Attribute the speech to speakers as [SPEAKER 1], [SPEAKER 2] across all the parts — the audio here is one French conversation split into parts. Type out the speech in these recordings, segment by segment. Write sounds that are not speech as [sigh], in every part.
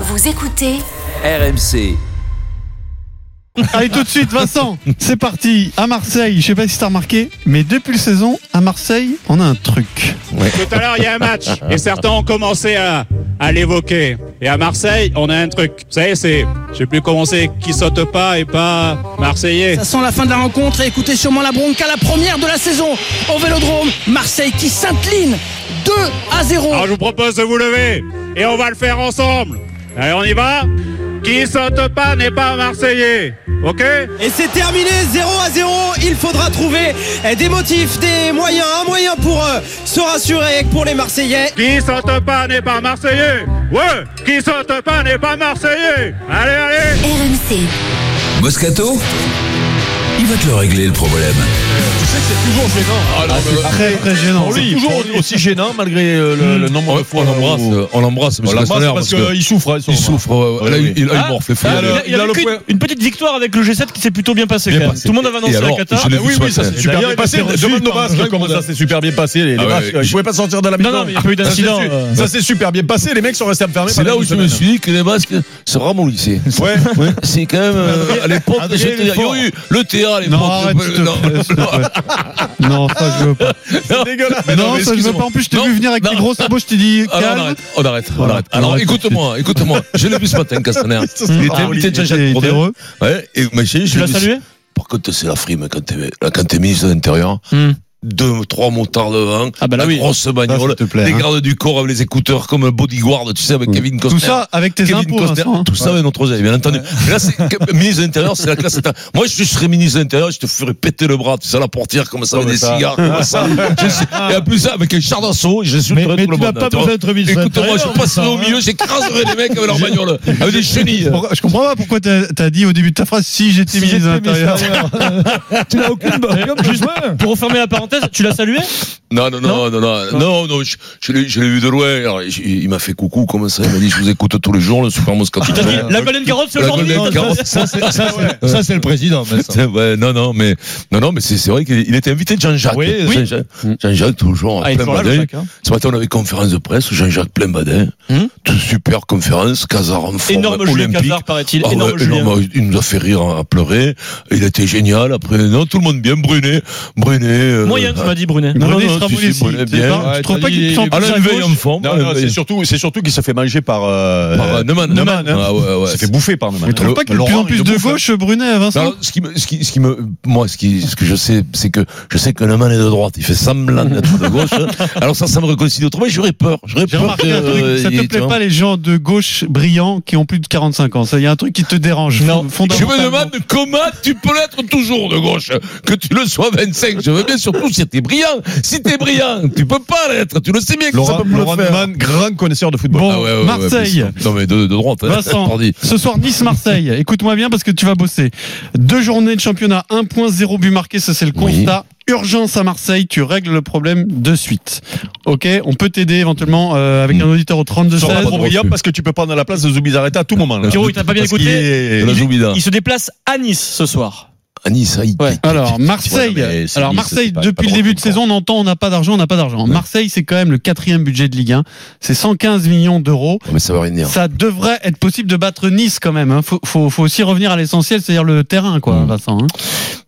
[SPEAKER 1] Vous écoutez
[SPEAKER 2] RMC.
[SPEAKER 3] Allez tout de suite Vincent, c'est parti à Marseille. Je sais pas si t'as remarqué, mais depuis le saison à Marseille, on a un truc.
[SPEAKER 4] Tout à l'heure, il y a un match et certains ont commencé à, à l'évoquer. Et à Marseille, on a un truc. Vous savez, c'est, je sais plus comment c'est, qui saute pas et pas marseillais.
[SPEAKER 5] Ça sent la fin de la rencontre et écoutez sûrement la bronca, la première de la saison au Vélodrome. Marseille qui s'incline 2 à 0.
[SPEAKER 4] Alors je vous propose de vous lever et on va le faire ensemble. Allez, on y va. Qui saute pas n'est pas marseillais. Ok
[SPEAKER 5] Et c'est terminé 0 à 0. Il faudra trouver euh, des motifs, des moyens, un moyen pour euh, se rassurer pour les Marseillais.
[SPEAKER 4] Qui saute pas n'est pas marseillais. Ouais. Qui saute pas n'est pas marseillais. Allez, allez.
[SPEAKER 1] RMC.
[SPEAKER 2] Moscato Il va te le régler le problème.
[SPEAKER 3] Très très gênant.
[SPEAKER 6] C'est toujours aussi gênant malgré euh, le, le nombre de fois on l'embrasse.
[SPEAKER 7] Oh. On l'embrasse,
[SPEAKER 6] On
[SPEAKER 7] monsieur
[SPEAKER 6] l'embrasse
[SPEAKER 7] Castaner,
[SPEAKER 6] parce qu'il souffre. hein,
[SPEAKER 7] il
[SPEAKER 6] sûrement.
[SPEAKER 7] souffre. ouais, ouais.
[SPEAKER 6] Ouais,
[SPEAKER 7] Là,
[SPEAKER 6] oui.
[SPEAKER 7] il, là, il
[SPEAKER 8] Ah,
[SPEAKER 7] morfle. les
[SPEAKER 8] Ah,
[SPEAKER 7] fous,
[SPEAKER 8] il
[SPEAKER 7] là.
[SPEAKER 8] a- il a vécu une, une petite victoire avec le G7 qui s'est plutôt bien passée.
[SPEAKER 7] Bien
[SPEAKER 8] quand même.
[SPEAKER 7] passé.
[SPEAKER 8] Tout le monde avait
[SPEAKER 7] Et
[SPEAKER 8] annoncé la
[SPEAKER 7] alors,
[SPEAKER 8] Qatar.
[SPEAKER 7] je l'ai
[SPEAKER 6] Ah
[SPEAKER 7] vu
[SPEAKER 6] oui,
[SPEAKER 7] ce
[SPEAKER 6] oui, ça
[SPEAKER 7] matin.
[SPEAKER 6] s'est super bien passé. Demande nos masques, comment ça s'est super bien passé. Les, les
[SPEAKER 7] Ah ouais,
[SPEAKER 6] masques,
[SPEAKER 7] je-
[SPEAKER 6] ils pouvaient pas sortir de la maison.
[SPEAKER 8] non, mais il y a pas eu d'incident, euh.
[SPEAKER 6] Ça s'est super bien passé. Les mecs sont restés enfermés.
[SPEAKER 7] C'est là
[SPEAKER 6] pendant
[SPEAKER 7] où
[SPEAKER 6] une
[SPEAKER 7] je me
[SPEAKER 6] semaine.
[SPEAKER 7] suis dit que les masques se ramollissaient.
[SPEAKER 6] Ouais.
[SPEAKER 7] C'est quand même euh, à l'époque,
[SPEAKER 6] Adrien,
[SPEAKER 7] j'étais-
[SPEAKER 6] il est
[SPEAKER 7] il y
[SPEAKER 6] fort.
[SPEAKER 7] a eu le théâtre à l'époque.
[SPEAKER 3] Non, arrête, s'il te
[SPEAKER 7] Non,
[SPEAKER 3] plaît, s'il te plaît. Non, ça je veux pas.
[SPEAKER 6] C'est dégueulasse. Mais
[SPEAKER 3] non,
[SPEAKER 6] mais
[SPEAKER 3] ça je veux
[SPEAKER 6] excuse-moi.
[SPEAKER 3] pas. En plus, je t'ai
[SPEAKER 7] Non,
[SPEAKER 3] vu venir avec
[SPEAKER 7] non.
[SPEAKER 3] des grosses bouches, je t'ai dit
[SPEAKER 7] Ah, non, on
[SPEAKER 3] calme.
[SPEAKER 7] arrête, on arrête, on
[SPEAKER 3] Voilà,
[SPEAKER 7] arrête.
[SPEAKER 3] on
[SPEAKER 7] Alors
[SPEAKER 3] arrête tout de
[SPEAKER 7] écoute-moi, écoute-moi. Je l'ai vu ce matin, Castaner. Ah, Il était invité de
[SPEAKER 3] T'es-
[SPEAKER 7] Jean-Jacques
[SPEAKER 3] t'es
[SPEAKER 7] Brodel.
[SPEAKER 3] heureux
[SPEAKER 7] Ouais, et ma chérie, je
[SPEAKER 8] Tu
[SPEAKER 7] l'ai
[SPEAKER 8] l'as
[SPEAKER 7] vu-
[SPEAKER 8] salué
[SPEAKER 7] Par contre, c'est la frime quand t'es, là, quand t'es ministre de l'Intérieur.
[SPEAKER 8] Hmm.
[SPEAKER 7] Deux, trois motards devant,
[SPEAKER 8] Ah bah là
[SPEAKER 7] la
[SPEAKER 8] oui.
[SPEAKER 7] grosse
[SPEAKER 3] Ah,
[SPEAKER 7] bagnole,
[SPEAKER 3] s'il te plaît,
[SPEAKER 7] les
[SPEAKER 3] hein. Mm.
[SPEAKER 7] gardes du corps avec les écouteurs comme un bodyguard, tu sais, avec Kevin Costner.
[SPEAKER 3] Tout ça avec tes
[SPEAKER 7] Kevin
[SPEAKER 3] impôts,
[SPEAKER 7] Costner,
[SPEAKER 3] Vincent. hein.
[SPEAKER 7] tout ça avec notre oseille, bien entendu. Mais là, c'est que- ministre de l'Intérieur, c'est la classe. état. Moi, je serais ministre de l'Intérieur, je te ferais péter le bras, tu sais, à la portière, comme ça, avec
[SPEAKER 6] mais
[SPEAKER 7] des
[SPEAKER 6] ça-
[SPEAKER 7] cigares,
[SPEAKER 3] [laughs]
[SPEAKER 7] comme ça. Je sais- et en plus, ça, avec un char d'assaut, je suis tout le monde. tu vois.
[SPEAKER 6] d'être
[SPEAKER 7] Écoute-moi, je passerai au milieu, j'écraserai les mecs avec leur bagnole, avec des chenilles.
[SPEAKER 3] Pourquoi- Je comprends pas pourquoi t'as t'as dit au début de ta phrase si j'étais ministre de l'Intérieur.
[SPEAKER 6] Tu n'as aucune
[SPEAKER 8] Juste pour refermer la parenthèse, tu l'as salué
[SPEAKER 7] Non, non, non, non, non, non, non, je, je l'ai je l'ai vu de loin. Alors, je- il m'a fait coucou, comment ça Il m'a dit, je vous écoute tous les jours, le Super Moscato.
[SPEAKER 8] T'as dit la golden carotte c'est
[SPEAKER 7] La
[SPEAKER 8] aujourd'hui
[SPEAKER 7] Golden Carotte.
[SPEAKER 6] Ça, c'est le président.
[SPEAKER 7] C'est- ouais, non, non, mais, non, non, mais c'est c'est vrai qu'il il était invité de Jean-Jacques.
[SPEAKER 6] Oui,
[SPEAKER 7] Euh,
[SPEAKER 6] oui.
[SPEAKER 7] Jean-Jacques, Jean-Jacques, toujours,
[SPEAKER 6] Ah, il est
[SPEAKER 7] plein
[SPEAKER 6] toujours là,
[SPEAKER 7] badin.
[SPEAKER 6] Jean-Jacques, hein.
[SPEAKER 7] Ce matin, on avait conférence de presse, Jean-Jacques plein badin. Tout super conférence, Casar en forme,
[SPEAKER 8] Énorme Julien
[SPEAKER 7] olympique.
[SPEAKER 8] Cazard, paraît-il.
[SPEAKER 7] Ah ouais,
[SPEAKER 8] Énorme Julien.
[SPEAKER 7] énorme, il nous a fait rire hein, à pleurer. Il était génial. Après, non, tout le monde bien. Brunet, Brunet. euh,
[SPEAKER 8] Moyen, tu m'as dit, Brunet.
[SPEAKER 3] Non, non,
[SPEAKER 7] Brunet,
[SPEAKER 3] il
[SPEAKER 7] tu
[SPEAKER 3] sera
[SPEAKER 7] sais,
[SPEAKER 3] moulu ici.
[SPEAKER 7] Brunet,
[SPEAKER 3] C'est
[SPEAKER 7] bien.
[SPEAKER 3] pas- Je trouve pas
[SPEAKER 6] t'as
[SPEAKER 3] qu'il
[SPEAKER 6] dit-
[SPEAKER 3] te sent plus à
[SPEAKER 7] Alain Veil en
[SPEAKER 3] gauche.
[SPEAKER 7] forme.
[SPEAKER 6] Non,
[SPEAKER 7] Alain
[SPEAKER 6] non, c'est
[SPEAKER 7] Veil.
[SPEAKER 6] surtout, c'est surtout qu'il s'est fait manger par. Euh,
[SPEAKER 7] Par, euh, Neumann.
[SPEAKER 6] Neumann, hein.
[SPEAKER 7] Ah ouais, ouais.
[SPEAKER 6] Il s'est fait bouffer par Neumann.
[SPEAKER 3] Tu trouves pas qu'il est de plus en
[SPEAKER 6] Laurent,
[SPEAKER 3] plus
[SPEAKER 6] il
[SPEAKER 3] de
[SPEAKER 6] bouffe,
[SPEAKER 3] gauche, Brunet,
[SPEAKER 7] Non,
[SPEAKER 3] Vincent
[SPEAKER 7] alors, ce qui me, ce qui, ce qui me, moi, ce qui, ce que je sais, c'est que je sais que Neumann est de droite. Il fait semblant d'être
[SPEAKER 3] [laughs]
[SPEAKER 7] de gauche. Alors ça, ça me réconcilie autrement. mais J'aurais peur. J'aurais
[SPEAKER 3] J'ai
[SPEAKER 7] peur.
[SPEAKER 3] remarqué un
[SPEAKER 7] que,
[SPEAKER 3] truc,
[SPEAKER 7] euh,
[SPEAKER 3] ça
[SPEAKER 7] il-
[SPEAKER 3] te
[SPEAKER 7] tu
[SPEAKER 3] plaît
[SPEAKER 7] vois.
[SPEAKER 3] pas les gens de gauche brillants qui ont plus de 45 ans. Ça, Il y a un truc qui te dérange.
[SPEAKER 8] Non.
[SPEAKER 3] fond-
[SPEAKER 7] Je me
[SPEAKER 3] fondamentalement.
[SPEAKER 7] demande comment tu peux l'être toujours de gauche, que tu le sois 25. Je veux bien surtout si t'es brillant. Si t'es brillant, tu peux pas l'être. Tu le sais bien que ça
[SPEAKER 6] Laurent,
[SPEAKER 7] peut pas Ah
[SPEAKER 6] Laurent
[SPEAKER 7] le faire.
[SPEAKER 6] Neumann, grand connaisseur de football.
[SPEAKER 3] Bon, Marseille.
[SPEAKER 7] mais c'est- non mais de, de droite. hein,
[SPEAKER 3] Vincent,
[SPEAKER 7] pardi.
[SPEAKER 3] ce soir
[SPEAKER 6] [laughs]
[SPEAKER 3] Nice-Marseille, écoute-moi bien parce que tu vas bosser. Deux journées de championnat, 1.0 but marqué, ça c'est le
[SPEAKER 7] Oui.
[SPEAKER 3] constat. Urgence à Marseille, tu règles le problème de suite. Ok, on peut t'aider éventuellement euh, avec
[SPEAKER 7] Mm.
[SPEAKER 3] un auditeur au 32 16.
[SPEAKER 6] Sur la
[SPEAKER 7] Seize.
[SPEAKER 6] Brobria, parce que tu peux prendre la place de Zubizarreta à tout moment. là.
[SPEAKER 8] Pierrot, il t'a pas bien
[SPEAKER 6] Parce qu'il
[SPEAKER 8] écouté.
[SPEAKER 6] est-
[SPEAKER 7] De la Zoubida.
[SPEAKER 8] Il se déplace à Nice ce soir.
[SPEAKER 7] À Nice, Haïti.
[SPEAKER 8] Ouais.
[SPEAKER 6] [laughs]
[SPEAKER 3] Alors Marseille,
[SPEAKER 6] Ouais, non, mais c'est
[SPEAKER 3] alors
[SPEAKER 6] Nice,
[SPEAKER 3] Marseille
[SPEAKER 6] c'est pas-
[SPEAKER 3] depuis
[SPEAKER 6] pas
[SPEAKER 3] le début de
[SPEAKER 6] drôle,
[SPEAKER 3] saison, on entend on n'a pas d'argent, on n'a pas d'argent. Marseille, c'est quand même le quatrième budget de Ligue 1, c'est 115 millions d'euros.
[SPEAKER 7] Non, mais ça veut rien dire.
[SPEAKER 3] Ça devrait être possible de battre Nice quand même. Hein. Faut, faut, faut aussi revenir à l'essentiel, c'est-à-dire le terrain, quoi,
[SPEAKER 7] Mm.
[SPEAKER 3] Vincent. hein.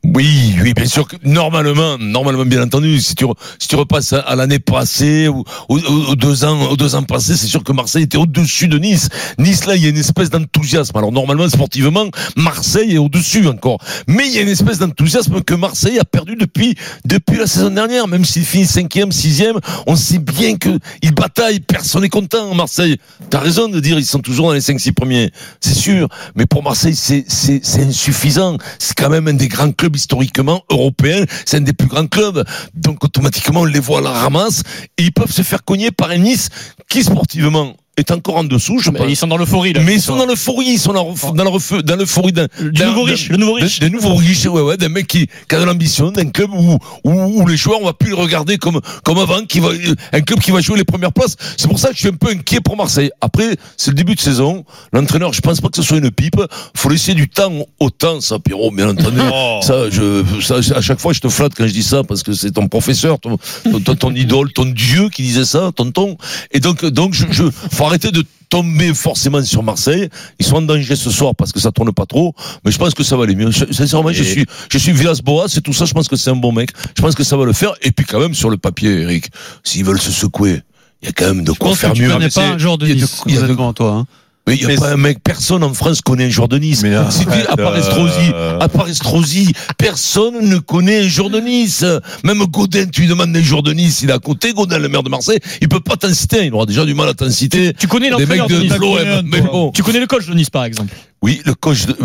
[SPEAKER 7] Oui, oui, bien sûr que normalement, normalement, bien entendu, si tu re- si tu repasses à, à l'année passée ou ou- ou- aux deux ans, aux deux ans passés, c'est sûr que Marseille était au-dessus de Nice. Nice là, il y a une espèce d'enthousiasme. Alors normalement, sportivement, Marseille est au-dessus encore, mais il y a une espèce d'enthousiasme que Marseille a perdu depuis depuis la saison dernière. Même s'il finit cinquième, sixième, on sait bien que ils bataillent. Personne n'est content à Marseille. T'as raison de dire ils sont toujours dans les 5-6 premiers, c'est sûr. Mais pour Marseille, c'est c'est- c'est insuffisant. C'est quand même un des grands clubs historiquement européens. C'est un des plus grands clubs. Donc automatiquement, on les voit à la ramasse et ils peuvent se faire cogner par un Nice qui sportivement est encore en dessous, je
[SPEAKER 8] Ils
[SPEAKER 7] pense.
[SPEAKER 8] sont dans l'euphorie là.
[SPEAKER 7] Mais ils sont dans l'euphorie, ils sont dans l'euphorie- dans l'euphorie- dans l'euphorie d'un
[SPEAKER 8] Du nouveau riche, le nouveau riche.
[SPEAKER 7] des nouveaux riches, ouais, ouais, d'un mec qui, qui a de l'ambition, d'un club où, où, où les joueurs, on va plus le regarder comme, comme avant, qui va, un club qui va jouer les premières places. C'est pour ça que je suis un peu inquiet pour Marseille. Après, c'est le début de saison. L'entraîneur, je pense pas que ce soit une pipe. Faut laisser du temps au temps, ça, Pierrot, bien entendu. [laughs] Ça, je, ça, à chaque fois, je te flatte quand je dis ça parce que c'est ton professeur, ton, ton, ton- ton idole, ton dieu qui disait ça, tonton. Et donc, donc, je, je, faut arrêter de tomber forcément sur Marseille. Ils sont en danger ce soir parce que ça tourne pas trop, mais je pense que ça va aller mieux. Je- Sincèrement, je
[SPEAKER 6] Et-
[SPEAKER 7] suis, je suis Villas-Boas, c'est tout ça. Je pense que c'est un bon mec. Je pense que ça va le faire. Et puis quand même sur le papier, Eric, s'ils veulent se secouer, il y a quand même de
[SPEAKER 3] Je
[SPEAKER 7] quoi
[SPEAKER 3] pense que
[SPEAKER 7] faire
[SPEAKER 3] tu
[SPEAKER 7] mieux.
[SPEAKER 3] connais
[SPEAKER 7] Mais
[SPEAKER 3] pas
[SPEAKER 7] c'est-
[SPEAKER 3] un joueur de
[SPEAKER 7] il y a de-
[SPEAKER 3] Nice,
[SPEAKER 7] il y a de-
[SPEAKER 3] honnêtement, toi. hein.
[SPEAKER 7] mais il n'y a
[SPEAKER 6] Mais
[SPEAKER 7] pas un mec, personne en France connaît un joueur de Nice.
[SPEAKER 6] Mais
[SPEAKER 7] Si tu- à part
[SPEAKER 6] euh,
[SPEAKER 7] Estrosi, à part Estrosi, personne ne connaît un joueur de Nice. Même Godin, tu lui demandes un joueur de Nice, il est à côté, Godin, le maire de Marseille, il peut pas t'en citer, hein, il aura déjà du mal à t'en citer.
[SPEAKER 8] Tu connais
[SPEAKER 7] Des mecs
[SPEAKER 8] l'entraîneur de
[SPEAKER 7] de
[SPEAKER 8] Nice.
[SPEAKER 7] l'OM, mais bon.
[SPEAKER 8] Tu connais le coach de Nice, par exemple.
[SPEAKER 7] Oui, le coach de, euh,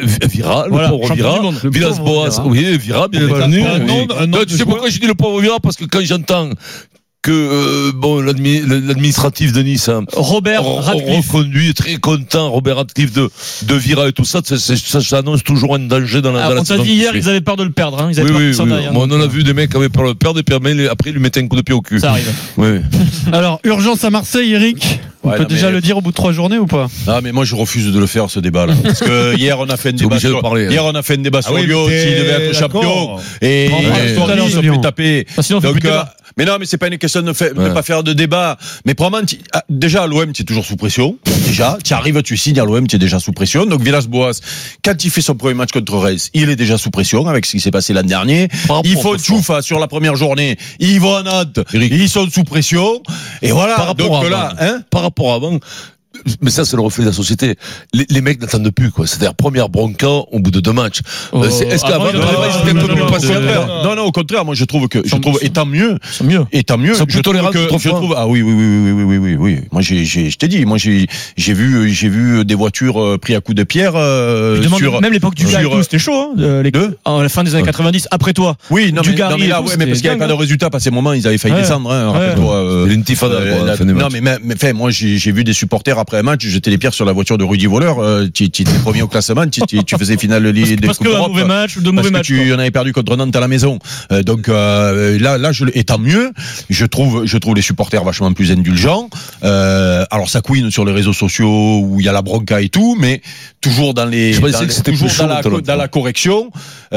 [SPEAKER 7] euh, Vira, le
[SPEAKER 8] Voilà,
[SPEAKER 7] pauvre
[SPEAKER 8] champion
[SPEAKER 7] Vira.
[SPEAKER 8] du monde. Le
[SPEAKER 7] Villas-Boas,
[SPEAKER 8] pauvre
[SPEAKER 7] oui, Vira, bien
[SPEAKER 6] Voilà.
[SPEAKER 7] entendu.
[SPEAKER 6] Un
[SPEAKER 7] oui.
[SPEAKER 6] nom- un nom
[SPEAKER 7] Non,
[SPEAKER 6] de
[SPEAKER 7] Tu sais
[SPEAKER 6] joueur.
[SPEAKER 7] pourquoi je dis le pauvre Vira Parce que quand j'entends que euh, bon l'admi- l'administratif de Nice hein,
[SPEAKER 8] Robert
[SPEAKER 7] on- on
[SPEAKER 8] Radcliffe.
[SPEAKER 7] reconduit, très content, Robert Radcliffe de, de Vira et tout ça, ça, ça, ça- ça annonce toujours un danger dans la,
[SPEAKER 8] Ah,
[SPEAKER 7] dans la
[SPEAKER 8] On t'a
[SPEAKER 7] saison
[SPEAKER 8] dit
[SPEAKER 7] qui
[SPEAKER 8] hier,
[SPEAKER 7] suit.
[SPEAKER 8] ils avaient peur de le perdre. hein. Ils avaient
[SPEAKER 7] Oui,
[SPEAKER 8] peur
[SPEAKER 7] oui,
[SPEAKER 8] qu'il s'en
[SPEAKER 7] oui.
[SPEAKER 8] aille, hein.
[SPEAKER 7] Bon, on en a vu des mecs qui avaient peur de le perdre et puis après, les- après ils lui mettaient un coup de pied au cul.
[SPEAKER 8] Ça arrive.
[SPEAKER 7] Oui.
[SPEAKER 3] Alors, urgence à Marseille, Eric. On
[SPEAKER 6] Ouais,
[SPEAKER 3] peut
[SPEAKER 6] non,
[SPEAKER 3] déjà
[SPEAKER 6] mais-
[SPEAKER 3] le dire au bout de trois journées ou pas
[SPEAKER 6] Ah mais moi je refuse de le faire ce débat là parce [laughs] que hier on a fait un
[SPEAKER 7] T'es
[SPEAKER 6] débat
[SPEAKER 7] obligé de
[SPEAKER 6] sur
[SPEAKER 7] parler, hein.
[SPEAKER 6] hier on a fait un débat sur
[SPEAKER 7] oui,
[SPEAKER 6] Lyon qui
[SPEAKER 7] mais t'es
[SPEAKER 6] devait être champion
[SPEAKER 7] d'accord.
[SPEAKER 6] et euh,
[SPEAKER 3] On en parle
[SPEAKER 6] et
[SPEAKER 3] tout à l'heure
[SPEAKER 6] on
[SPEAKER 3] de
[SPEAKER 6] se
[SPEAKER 3] Lyon.
[SPEAKER 6] fait taper
[SPEAKER 8] Ah, Sinon, on fait
[SPEAKER 6] Donc,
[SPEAKER 8] plus de
[SPEAKER 6] euh,
[SPEAKER 8] débat.
[SPEAKER 6] mais non, mais c'est pas une question de, fait- de
[SPEAKER 7] Ouais.
[SPEAKER 6] pas faire de débat. Mais probablement, tu- ah, déjà à l'OM, tu es toujours sous pression. Déjà, tu arrives, tu signes à l'OM, tu es déjà sous pression. Donc Villas-Boas, quand il fait son premier match contre Reims, il est déjà sous pression avec ce qui s'est passé l'an dernier.
[SPEAKER 7] Par
[SPEAKER 6] Il
[SPEAKER 7] rapport
[SPEAKER 6] faut
[SPEAKER 7] au soir.
[SPEAKER 6] Tchoufa sur la première journée. Ils vont à Nantes.
[SPEAKER 7] Eric.
[SPEAKER 6] Ils sont sous pression. Et voilà.
[SPEAKER 7] Par rapport
[SPEAKER 6] Donc
[SPEAKER 7] à
[SPEAKER 6] là,
[SPEAKER 7] avant.
[SPEAKER 6] hein
[SPEAKER 7] par rapport à avant, mais ça c'est le reflet de la société. Les, les mecs n'attendent plus quoi. C'est-à-dire première bronca au bout de deux matchs.
[SPEAKER 8] Oh,
[SPEAKER 7] Euh, c'est- Est-ce
[SPEAKER 8] avant,
[SPEAKER 7] qu'avant
[SPEAKER 8] il y
[SPEAKER 7] le
[SPEAKER 8] avait-
[SPEAKER 7] travail c'était un
[SPEAKER 8] non,
[SPEAKER 7] peu
[SPEAKER 8] non,
[SPEAKER 7] plus
[SPEAKER 8] non,
[SPEAKER 6] au
[SPEAKER 7] patient
[SPEAKER 8] c'est-
[SPEAKER 6] contraire. Non, non, au contraire, moi je trouve que je
[SPEAKER 8] Sans-
[SPEAKER 6] trouve et tant mieux.
[SPEAKER 8] C'est mieux.
[SPEAKER 6] Et tant mieux.
[SPEAKER 7] Ils sont plus
[SPEAKER 6] je trouve
[SPEAKER 7] tolérants
[SPEAKER 6] que-
[SPEAKER 7] qu'autrefois.
[SPEAKER 6] je trouve- Ah oui, oui, oui, oui, oui, oui, oui, oui. Moi, j'ai, j'ai, je t'ai dit, moi, j'ai, j'ai vu, j'ai vu des voitures euh, prises à coups de pierre euh,
[SPEAKER 8] Je demande
[SPEAKER 6] sur.
[SPEAKER 8] Même l'époque du
[SPEAKER 6] sur-
[SPEAKER 8] gars et tout, c'était chaud, hein, euh, les
[SPEAKER 6] Deux
[SPEAKER 8] à la fin des années 90, après toi.
[SPEAKER 6] Oui, non, mais,
[SPEAKER 8] Dugarry
[SPEAKER 6] non, mais
[SPEAKER 8] et
[SPEAKER 6] là,
[SPEAKER 8] tout,
[SPEAKER 6] ouais, mais parce
[SPEAKER 8] c'était
[SPEAKER 6] qu'il n'y avait pas
[SPEAKER 8] dingue, hein.
[SPEAKER 6] de résultat, parce qu'à un moment, ils avaient failli
[SPEAKER 8] Ouais.
[SPEAKER 6] descendre, hein,
[SPEAKER 8] Ouais.
[SPEAKER 6] rappelle-toi. euh,
[SPEAKER 7] C'est l'intifada,
[SPEAKER 6] euh,
[SPEAKER 7] quoi, à la
[SPEAKER 6] la-
[SPEAKER 7] fin des
[SPEAKER 6] non
[SPEAKER 7] matchs.
[SPEAKER 6] mais, mais, mais, enfin, moi j'ai j'ai vu des supporters après un match jeter les pierres sur la voiture de Rudy Voleur euh, tu tu étais premier au classement tu, tu, tu faisais finale de
[SPEAKER 8] Parce,
[SPEAKER 6] Ligue des
[SPEAKER 8] parce
[SPEAKER 6] Coupes
[SPEAKER 8] que un
[SPEAKER 6] d'Europe.
[SPEAKER 8] mauvais match ou deux
[SPEAKER 6] parce
[SPEAKER 8] mauvais
[SPEAKER 6] que
[SPEAKER 8] matchs. quoi.
[SPEAKER 6] tu en avais perdu contre Nantes à la maison. Euh, donc euh, là, là, je, le- et tant mieux. Je trouve, je trouve les supporters vachement plus indulgents. Euh, alors ça couine sur les réseaux sociaux où il y a la bronca et tout, mais toujours dans les,
[SPEAKER 7] Je pensais
[SPEAKER 6] dans,
[SPEAKER 7] que
[SPEAKER 6] les-
[SPEAKER 7] c'était
[SPEAKER 6] toujours
[SPEAKER 7] plus chaud
[SPEAKER 6] dans, la,
[SPEAKER 7] tout à l'heure.
[SPEAKER 6] dans la correction.